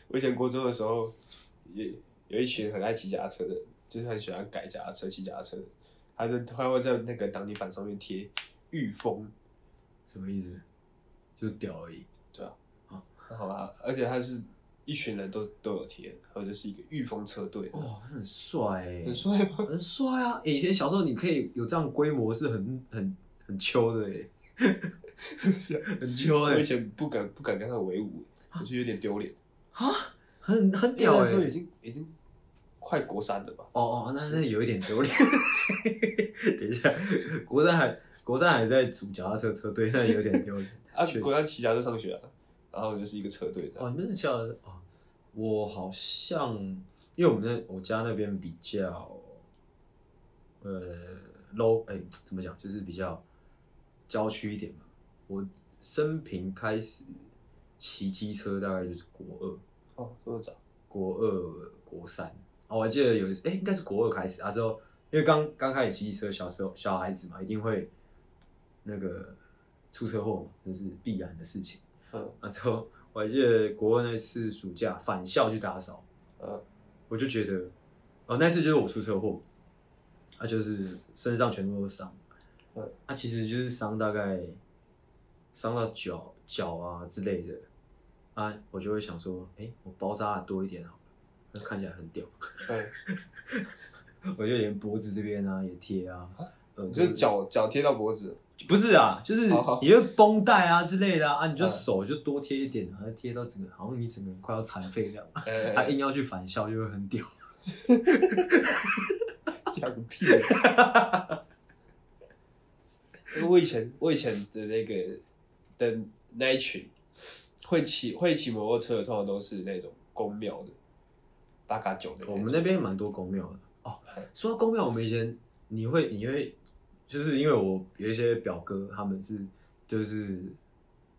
我以前国中的时候，也有一群很爱骑脚踏车的，就是很喜欢改脚踏车、骑脚踏车的，他就他会在那个挡泥板上面贴“御风
什么意思？就屌而已。”，
然后啊，而且他是一群人都都有贴，然后就是一个御风车队，
哇，他很帅哎、
哦很帅吗？
很帅啊！欸以前小时候你可以有这样规模是很很很秋的 哎、很秋
我
哎、
以前不敢不敢跟他为伍，我觉得有点丢脸。
啊，很很
因为
屌
那
哎、
时候已经已经快国三了吧？
哦哦，那那有一点丢脸。 等一下，国战还国战还在组脚踏车车队，那有点丢脸。
啊
确，实
国家骑脚就上学啊，然后就是一个车队的。
哦，你们是脚踏车哦，我好像因为我们那我家那边比较呃 low 哎、怎么讲，就是比较郊区一点嘛。我生平开始骑机车大概就是国二，
哦，这么早？
国二、国三哦，我还记得有一次，哎、应该是国二开始啊，之后因为刚刚开始骑机车，小时候小孩子嘛，一定会那个出车祸嘛，这是必然的事情。
嗯
啊，之后我还记得国二那次暑假返校去打扫，
呃，
我就觉得，哦，那次就是我出车祸，啊，就是身上全部都是伤，
嗯
啊，其实就是伤大概伤到脚脚啊之类的，啊，我就会想说，哎、我包扎的多一点好了，那看起来很屌，
对，
我就连脖子这边啊也贴啊，呃，
你就是脚脚贴到脖子，
不是啊，就是
好好
你就绷带啊之类的啊，啊，你就
嗯
手就多贴一点啊，贴到整个好像你整个人快要残废这样，
呃，
啊，硬要去返校就会很屌。
掉个屁！ 因为我以前我以前的那个的那一群会骑会骑摩托车的，通常都是那种公庙的八嘎九的
我
种。
们那边蛮多公庙的哦。
哎
说到公庙，我们以前你会你会就是因为我有一些表哥他们是就是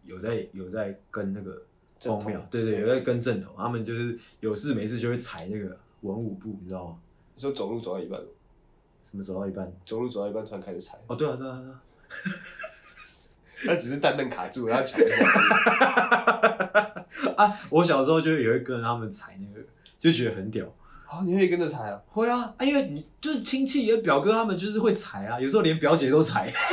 有在有在跟那个
正
公
统嗯
庙，对对，有在跟正统，他们就是有事没事就会踩那个文武步，你知道吗？
你说走路走到一半，
什么走到一半，
走路走到一半突然开始踩，
哦对啊对啊对啊，
他只是蛋蛋卡住，然后抢一下。
啊，我小时候就也会跟他们踩那个，就觉得很屌。
啊，你会跟着踩啊？
会啊，啊，因为你就是亲戚也表哥他们就是会踩啊，有时候连表姐都踩。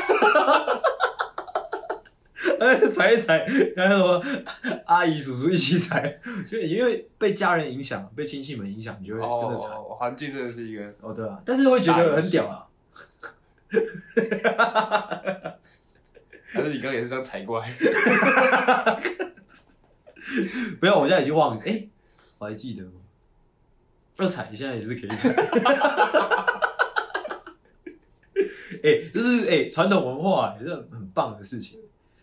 哎，踩一踩，然后什么阿姨、叔叔一起踩，就因为被家人影响，被亲戚们影响，你就会
哦
跟着踩。哦
哦，环境真的是一个
对啊，但是会觉得很屌啊。
还是你刚刚也是这样踩过来？
不要，我现在已经忘了，哎、我还记得吗？要踩，现在也是可以 踩。哎、这是哎传、统文化、这是很棒的事情，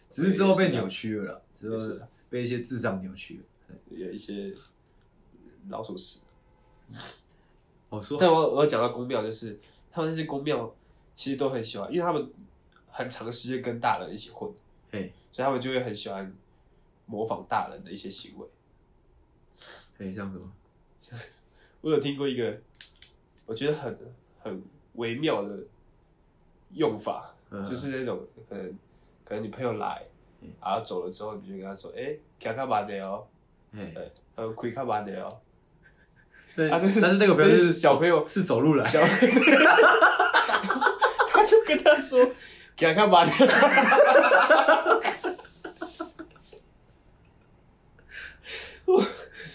只是之后被扭曲了啦，之
也是
后
啊
被一些智障扭曲了。
有一些老鼠屎。
我哦说
但我我讲到公庙，就是他们那些公庙其实都很喜欢，因为他们很长时间跟大人一起混，
嘿，
所以他们就会很喜欢模仿大人的一些行为。
哎，像什么？
我有听过一个，我觉得很很微妙的用法，
嗯
就是那种可能可能你朋友来，然后走了之后，你就跟他说：“哎、卡卡巴的哦，
哎，
对，他说亏卡巴的哦。”
但
啊，
但是那个朋友是
小朋友，
是走路来，
小，他就跟他说，给他干嘛的？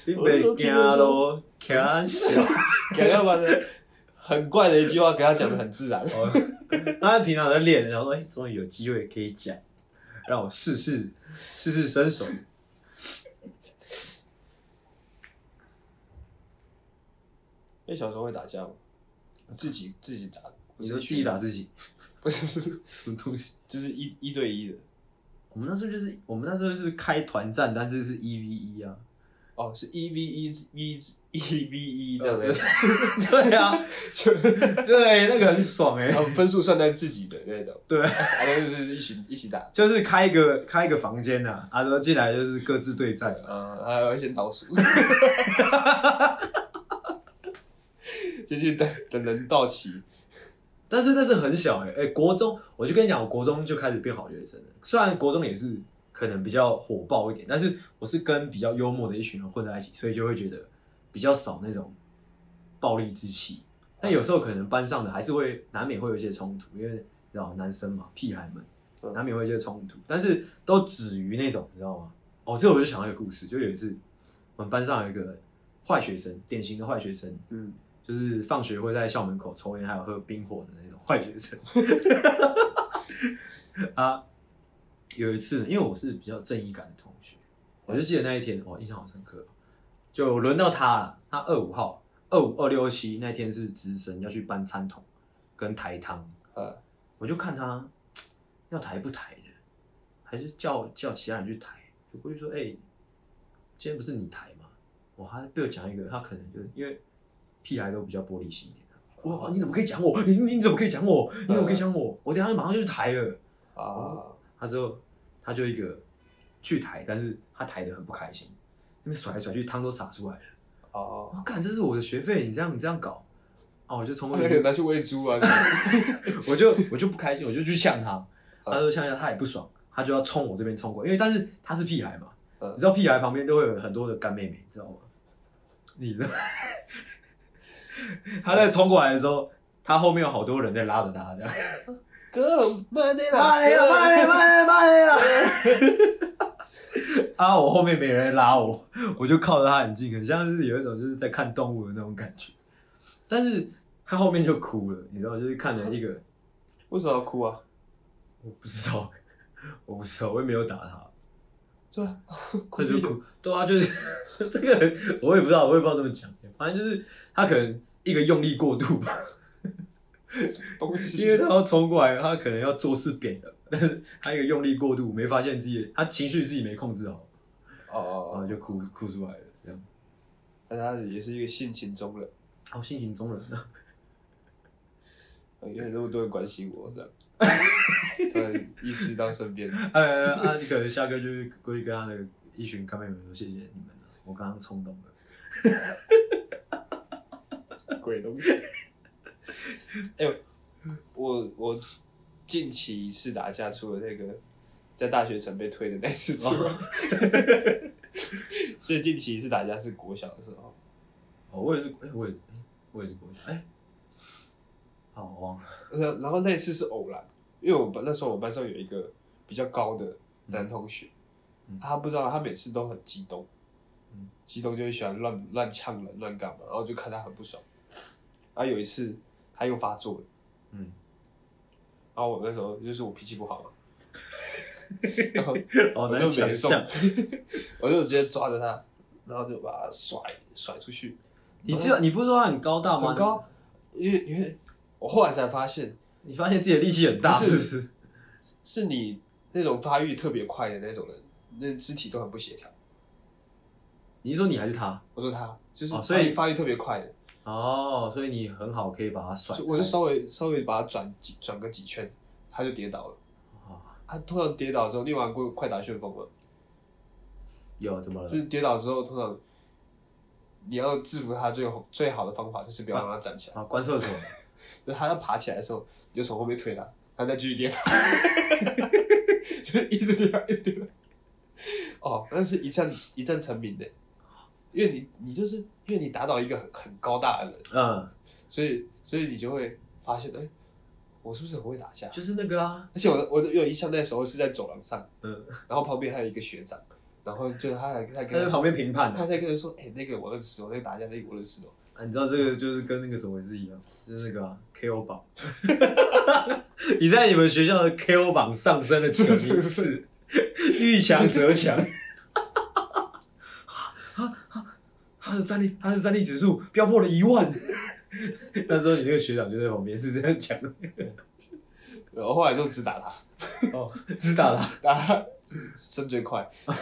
你别惊咯，惊 死！
给啊他把的很怪的一句话给他讲的很自然。
哦那他平常在练，然后说：“哎、终于有机会可以讲，让我试试试试身手。
因为小时候会打架嘛，自己自己打，”不
你
是
说自己
学
打自己，
不是，
什么东西？
就是一一对一的。
我们那时候就是我们那时候就是开团战，但是是一 v 一啊。
哦，是一 v 一 v 一 v 一这样的，
对啊，哦对，那个很爽哎、
然后分数算在自己的那种，
对，
反正就是一起一起打，
就是开一个开一个房间呐、啊，然后进来就是各自对战。
嗯，还要先倒 数，继续等等人到齐，
但是那是很小哎、欸，哎、国中我就跟你讲，我国中就开始变好学生了。虽然国中也是可能比较火爆一点，但是我是跟比较幽默的一群人混在一起，所以就会觉得比较少那种暴力之气。但有时候可能班上的还是会难免会有一些冲突，因为你知道男生嘛，屁孩们
嗯
难免会有一些冲突，但是都止于那种，你知道吗？哦，这我就想到一个故事，就有一次我们班上有一个坏学生，典型的坏学生，
嗯，
就是放学会在校门口抽烟，还有喝冰火的那种坏学生。啊，有一次呢，因为我是比较正义感的同学，我就记得那一天，我印象好深刻，就轮到他了。他二五号、二五、二六、二七那天是值神要去搬餐桶跟抬汤，
呃，
我就看他要抬不抬的，还是叫叫其他人去抬。就过去说：“哎、今天不是你抬吗？”我还被我讲一个，他可能就因为屁孩都比较玻璃心一点。哇！你怎么可以讲我？你你怎么可以讲我？你怎么可以讲我？我等一下马上就去抬了。
啊，
他之后他就一个去抬，但是他抬的很不开心，那边甩来甩去，汤都洒出来了。
哦，
我、哦、干，这是我的学费，你这样你这样搞，啊！我就冲过
那
去
可以拿去喂猪啊，
我就我就不开心，我就去呛他，
嗯
他就呛一下，他也不爽，他就要冲我这边冲过来，因为但是他是屁孩嘛，
嗯
你知道屁孩旁边都会有很多的干妹妹，你知道吗？你 的，他在冲过来的时候，他后面有好多人在拉着他，这样，
哥，慢 点啦，
哎呀妈呀妈呀妈呀！ 啊，我后面没人拉我，我就靠着他很近，很像是有一种就是在看动物的那种感觉，但是他后面就哭了，你知道，就是看了一个。
为什么要哭啊？
我不知道， 我不知道，我也没有打他，
对 啊，
他就哭。对啊，就是 这个人，我也不知道，我也不知道怎么讲。反正就是他可能一个用力过度吧，
东西，
因为他要冲过来，他可能要做事扁了，但是他一个用力过度，没发现自己，他情绪自己没控制好，
哦
然后
哦，
就哭哭出来了。这样，
但他也是一个性情中人，
然后性哦情中人，啊
呃因为那么多人关心我，这 样，突然意识到身边，
呃，啊，你可能下课就是过去跟他的一群干妹妹说：“谢谢你们，啊我刚刚冲动了。”
鬼东 西。哎、呦，我我近期一次打架，除了那个在大学城被推的那次之外，最近期一次打架是国小的时候，
哦，我也是，哎、我也，我也是国小，哎、好，我 忘了，
然然后那次是偶然，因为我班那时候我班上有一个比较高
嗯
的男同学，他不知道他每次都很激动，
嗯
激动就会喜欢乱乱呛人、乱干嘛，然后就看他很不爽。然后有一次他又发作了，
嗯，
然后我那时候就是我脾气 不好嘛，然后
好
我
难
就
哦想
没送
象，，
我就直接抓着他，然后就把他甩甩出去，
你知道你不是说他很高大吗？
很，高，因为因为我后来才发现
你发现自己的力气很大，
不
是
是
不是？
是你那种发育特别快的那种人，那肢体都很不协调。
你是说你还是他？
我说他就是
哦
发育、
所以
发育特别快的，
哦，所以你很好，可以把他甩开。
就我就稍微稍微把他转几转个几圈，他就跌倒了。
哦
他通常跌倒之后，你有玩过快打旋风吗？
有怎么了
就？是跌倒之后，通常你要制服他最好最好的方法就是不要让他站起来，
啊，关厕所，
就是他要爬起来的时候，你就从后面推他，他再继续跌倒， 就一直跌倒，一直跌倒。哦，那是一战一战成名的，因为你你就是因为你打倒一个很很高大的人，
嗯，
所以所以你就会发现，哎、我是不是很会打架？
就是那个啊，
而且我我有印象，那时候是在走廊上，
嗯，
然后旁边还有一个学长，然后就他还他
他
还跟
在
他
旁边评判
他
的、
在跟人说，哎、那个我认识哦，那个打架那个我认识哦。
啊，你知道这个就是跟那个什么也是一样，就是那个、啊、KO 榜，你在你们学校的 KO 榜上升了九名次， 遇强则 强。啊啊啊他的战力，他的战力指数飙破了一万。 那时候你那个学长就在旁边是这样讲的，
然后后来就只打他，
哦，知道了。
打他升最快，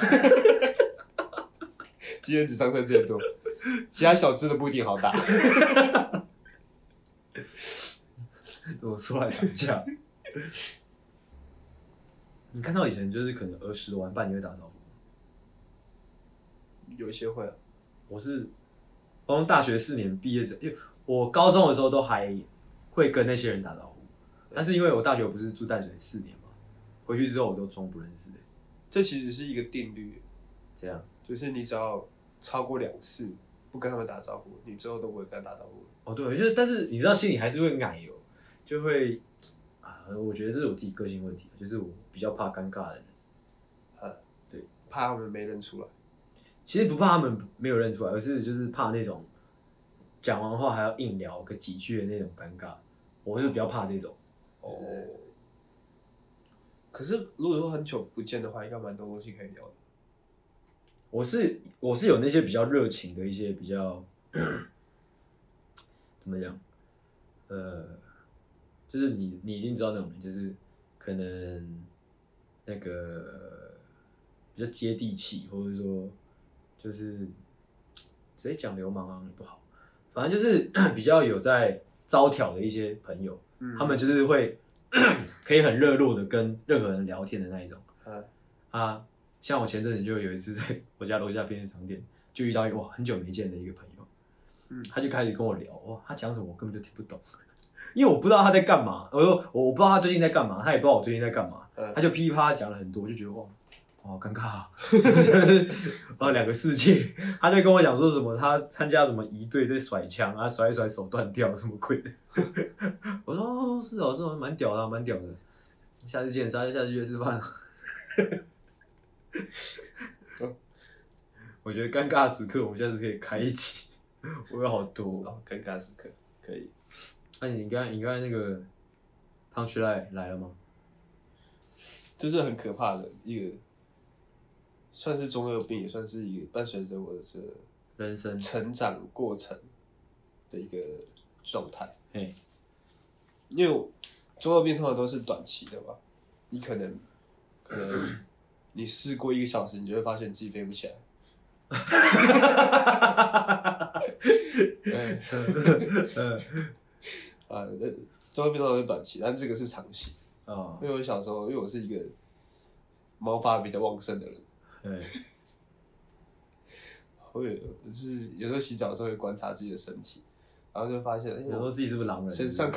今天只上升最多，其他小吃的不一定好打。
我出来打 架。你看到以前就是可能儿时的玩伴，你会打招呼吗？
有一些会啊，
我是我从大学四年毕业之，因为我高中的时候都还会跟那些人打招呼，但是因为我大学不是住淡水四年嘛，回去之后我都装不认识的、欸
这其实是一个定律，
这样
就是你只要超过两次不跟他们打招呼，你之后都不会跟他打招呼。
哦，对，就是但是你知道心里还是会奶油，就会啊，我觉得这是我自己个性问题，啊就是我比较怕尴尬的人，
怕他们没认出来。
其实不怕他们没有认出来，而是就是怕那种讲完话还要硬聊个几句的那种尴尬，我是比较怕这种。
哦。可是如果说很久不见的话，应该蛮多东西可以聊的。
我是我是有那些比较热情的一些比较 怎么讲，呃，就是你你一定知道那种人，就是可能那个比较接地气，或者说就是直接讲流氓好像也不好，反正就是 比较有在招挑的一些朋友，
嗯
他们就是会 可以很热络的跟任何人聊天的那一种。
呃，
啊，像我前阵子就有一次在 我家楼下便利商店就遇到一个哇很久没见的一个朋友，
嗯
他就开始跟我聊，哇，他讲什么我根本就听不懂， 因为我不知道他在干嘛，我说我我不知道他最近在干嘛，他也不知道我最近在干嘛，
嗯
他就噼里啪啦讲了很多，我就觉得哇。好尴尬、啊， 就是啊，两个世界。他就跟我讲说什么，他参加什么仪队在甩枪啊，甩一甩手断掉什么鬼的。 我说哦，是哦，是哦，蛮屌的啊，蛮屌的。下次见，下次下次约吃饭啊。我觉得尴尬时刻，我们下次可以开一集，我有好多。啊
哦，尴尬时刻可以。
那、你刚才你刚才那个胖徐来来了吗？
就是很可怕的一个，算是中二病，也算是一个伴随着我的这
人生，
成长过程的一个状态。
哎，
因为我中二病通常都是短期的嘛，你可能可能你试过一个小时，你就会发现自己飞不起来。呃对，呃啊，那中二病通常是短期，但这个是长期。
啊，
因为我小时候，因为我是一个毛发比较旺盛的人，
对，
我有就是有时候洗澡的时候会观察自己的身体，然后就发现，哎、
我说
我
自己是不是狼人？
身上，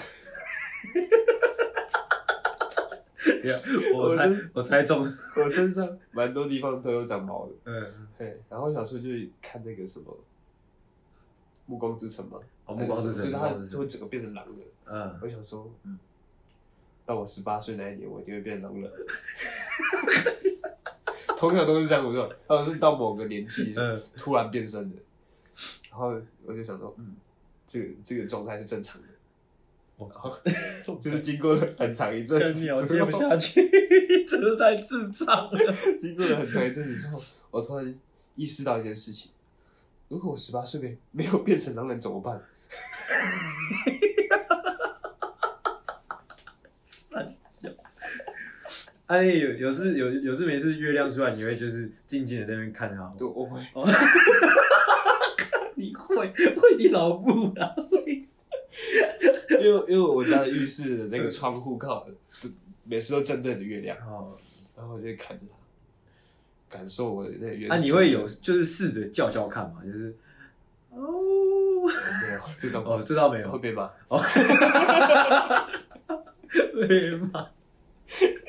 对啊，我猜我猜中，
我身上蛮多地方都有长毛的。
嗯，
对，然后小时候就看那个什么《暮光之城》嘛，哎
哦暮光之城
就是
暮
他
光之城
就会整个变成狼人。
嗯，
我想说，嗯，到我十八岁那一年，我一定会变狼 人。通常都是这样，我说，或者是到某个年纪
嗯
突然变身的，然后我就想说，嗯，这个这个状态是正常的。
我
然后 就是经过了很长一阵
跟
子
你
之
我
后，
接不下去， 真的太智障了。
经过了很长一阵子之后，我突然意识到一件事情：如果我十八岁没没有变成狼人怎么办？
哎，有有事有有事没事，月亮出来你会就是静静的在那边看他，
对，我会，
你会会你老母啊，会
因为因为我家的浴室的那个窗户刚好就每次都正对着月亮，
哦，
然后我就会看着它，感受我的那个原始的。
啊那你会有就是试着叫叫看嘛，就是哦
没有这种？
哦，这倒没
会
有，
被骂。
对吗？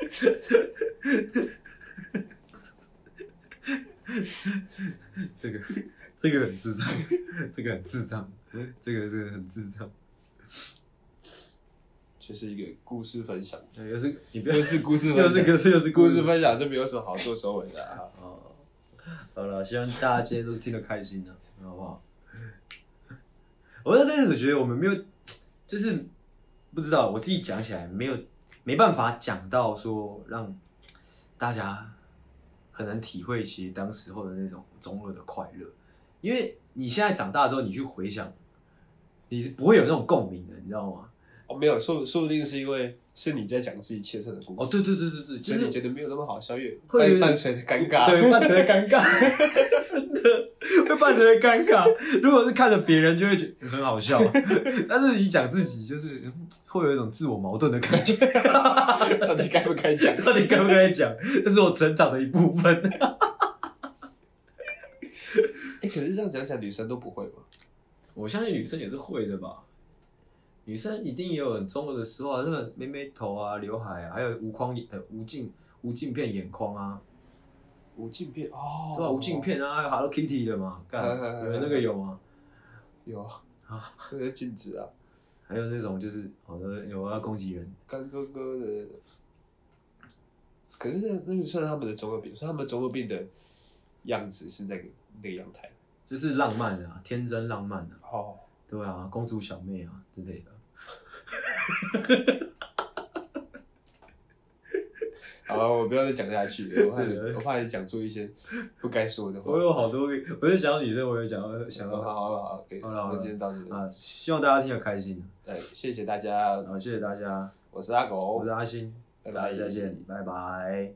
这个这个很智障，这个很智障，这个这个很智障。
就是一个故事分享，
对哎又是你不要
又是故事分
又是
享，
个又是
故事分享就没有什么好做收尾的啊。
哦，好了，希望大家今天都听得开心啊，好不好？ 我在这里觉得我们没有，就是不知道我自己讲起来没有没办法讲到说让大家很难体会，其实当时候的那种中二的快乐，因为你现在长大之后，你去回想，你是不会有那种共鸣的，你知道吗？
哦，没有，说说不定是因为是你在讲自己切身的故
哦，
事，
对对对对对，就
所以
是
你觉得没有那么好笑，因为
会有点
伴伴随着尴 尬。
对，伴随着尴尬， 真的会伴随着尴尬。如果是看着别人，就会觉得很好笑，但是你讲自己，就是嗯会有一种自我矛盾的感觉。
到底该不该讲？
到底该不该讲？这是我成长的一部分。
哎、可是这样讲起来，女生都不会嘛？
我相信女生也是会的吧。女生一定也有很中二的时候啊，那个妹妹头啊、刘海啊，还有无框眼、呃无镜、无镜片眼框啊，
无镜片哦，
对吧、无镜片啊，还有 Hello Kitty 的嘛，干，
哎哎哎
你们那个有吗？
有啊，
啊
那个镜子啊，
还有那种就是，好的，有要攻击人，
干哥哥的。可是那那个算是他们的中二病，所以他们中二病的样子是那个那个阳台。
就是浪漫的啊，天真浪漫的、啊，
哦，
对啊，公主小妹啊之类的。
好了，我不要再讲下去了，我 怕你
是的
我怕你讲出一些不该说的话。
我有好多，我就想到女生，我有想到想
好
到
好好好，可以，
好了好
我
了
们今天到这里。
啊，希望大家听得开心。啊
哎，谢谢大家，
好，谢谢大家，
我是阿
我
狗
是，阿星，
拜
大
拜
家再见，拜拜。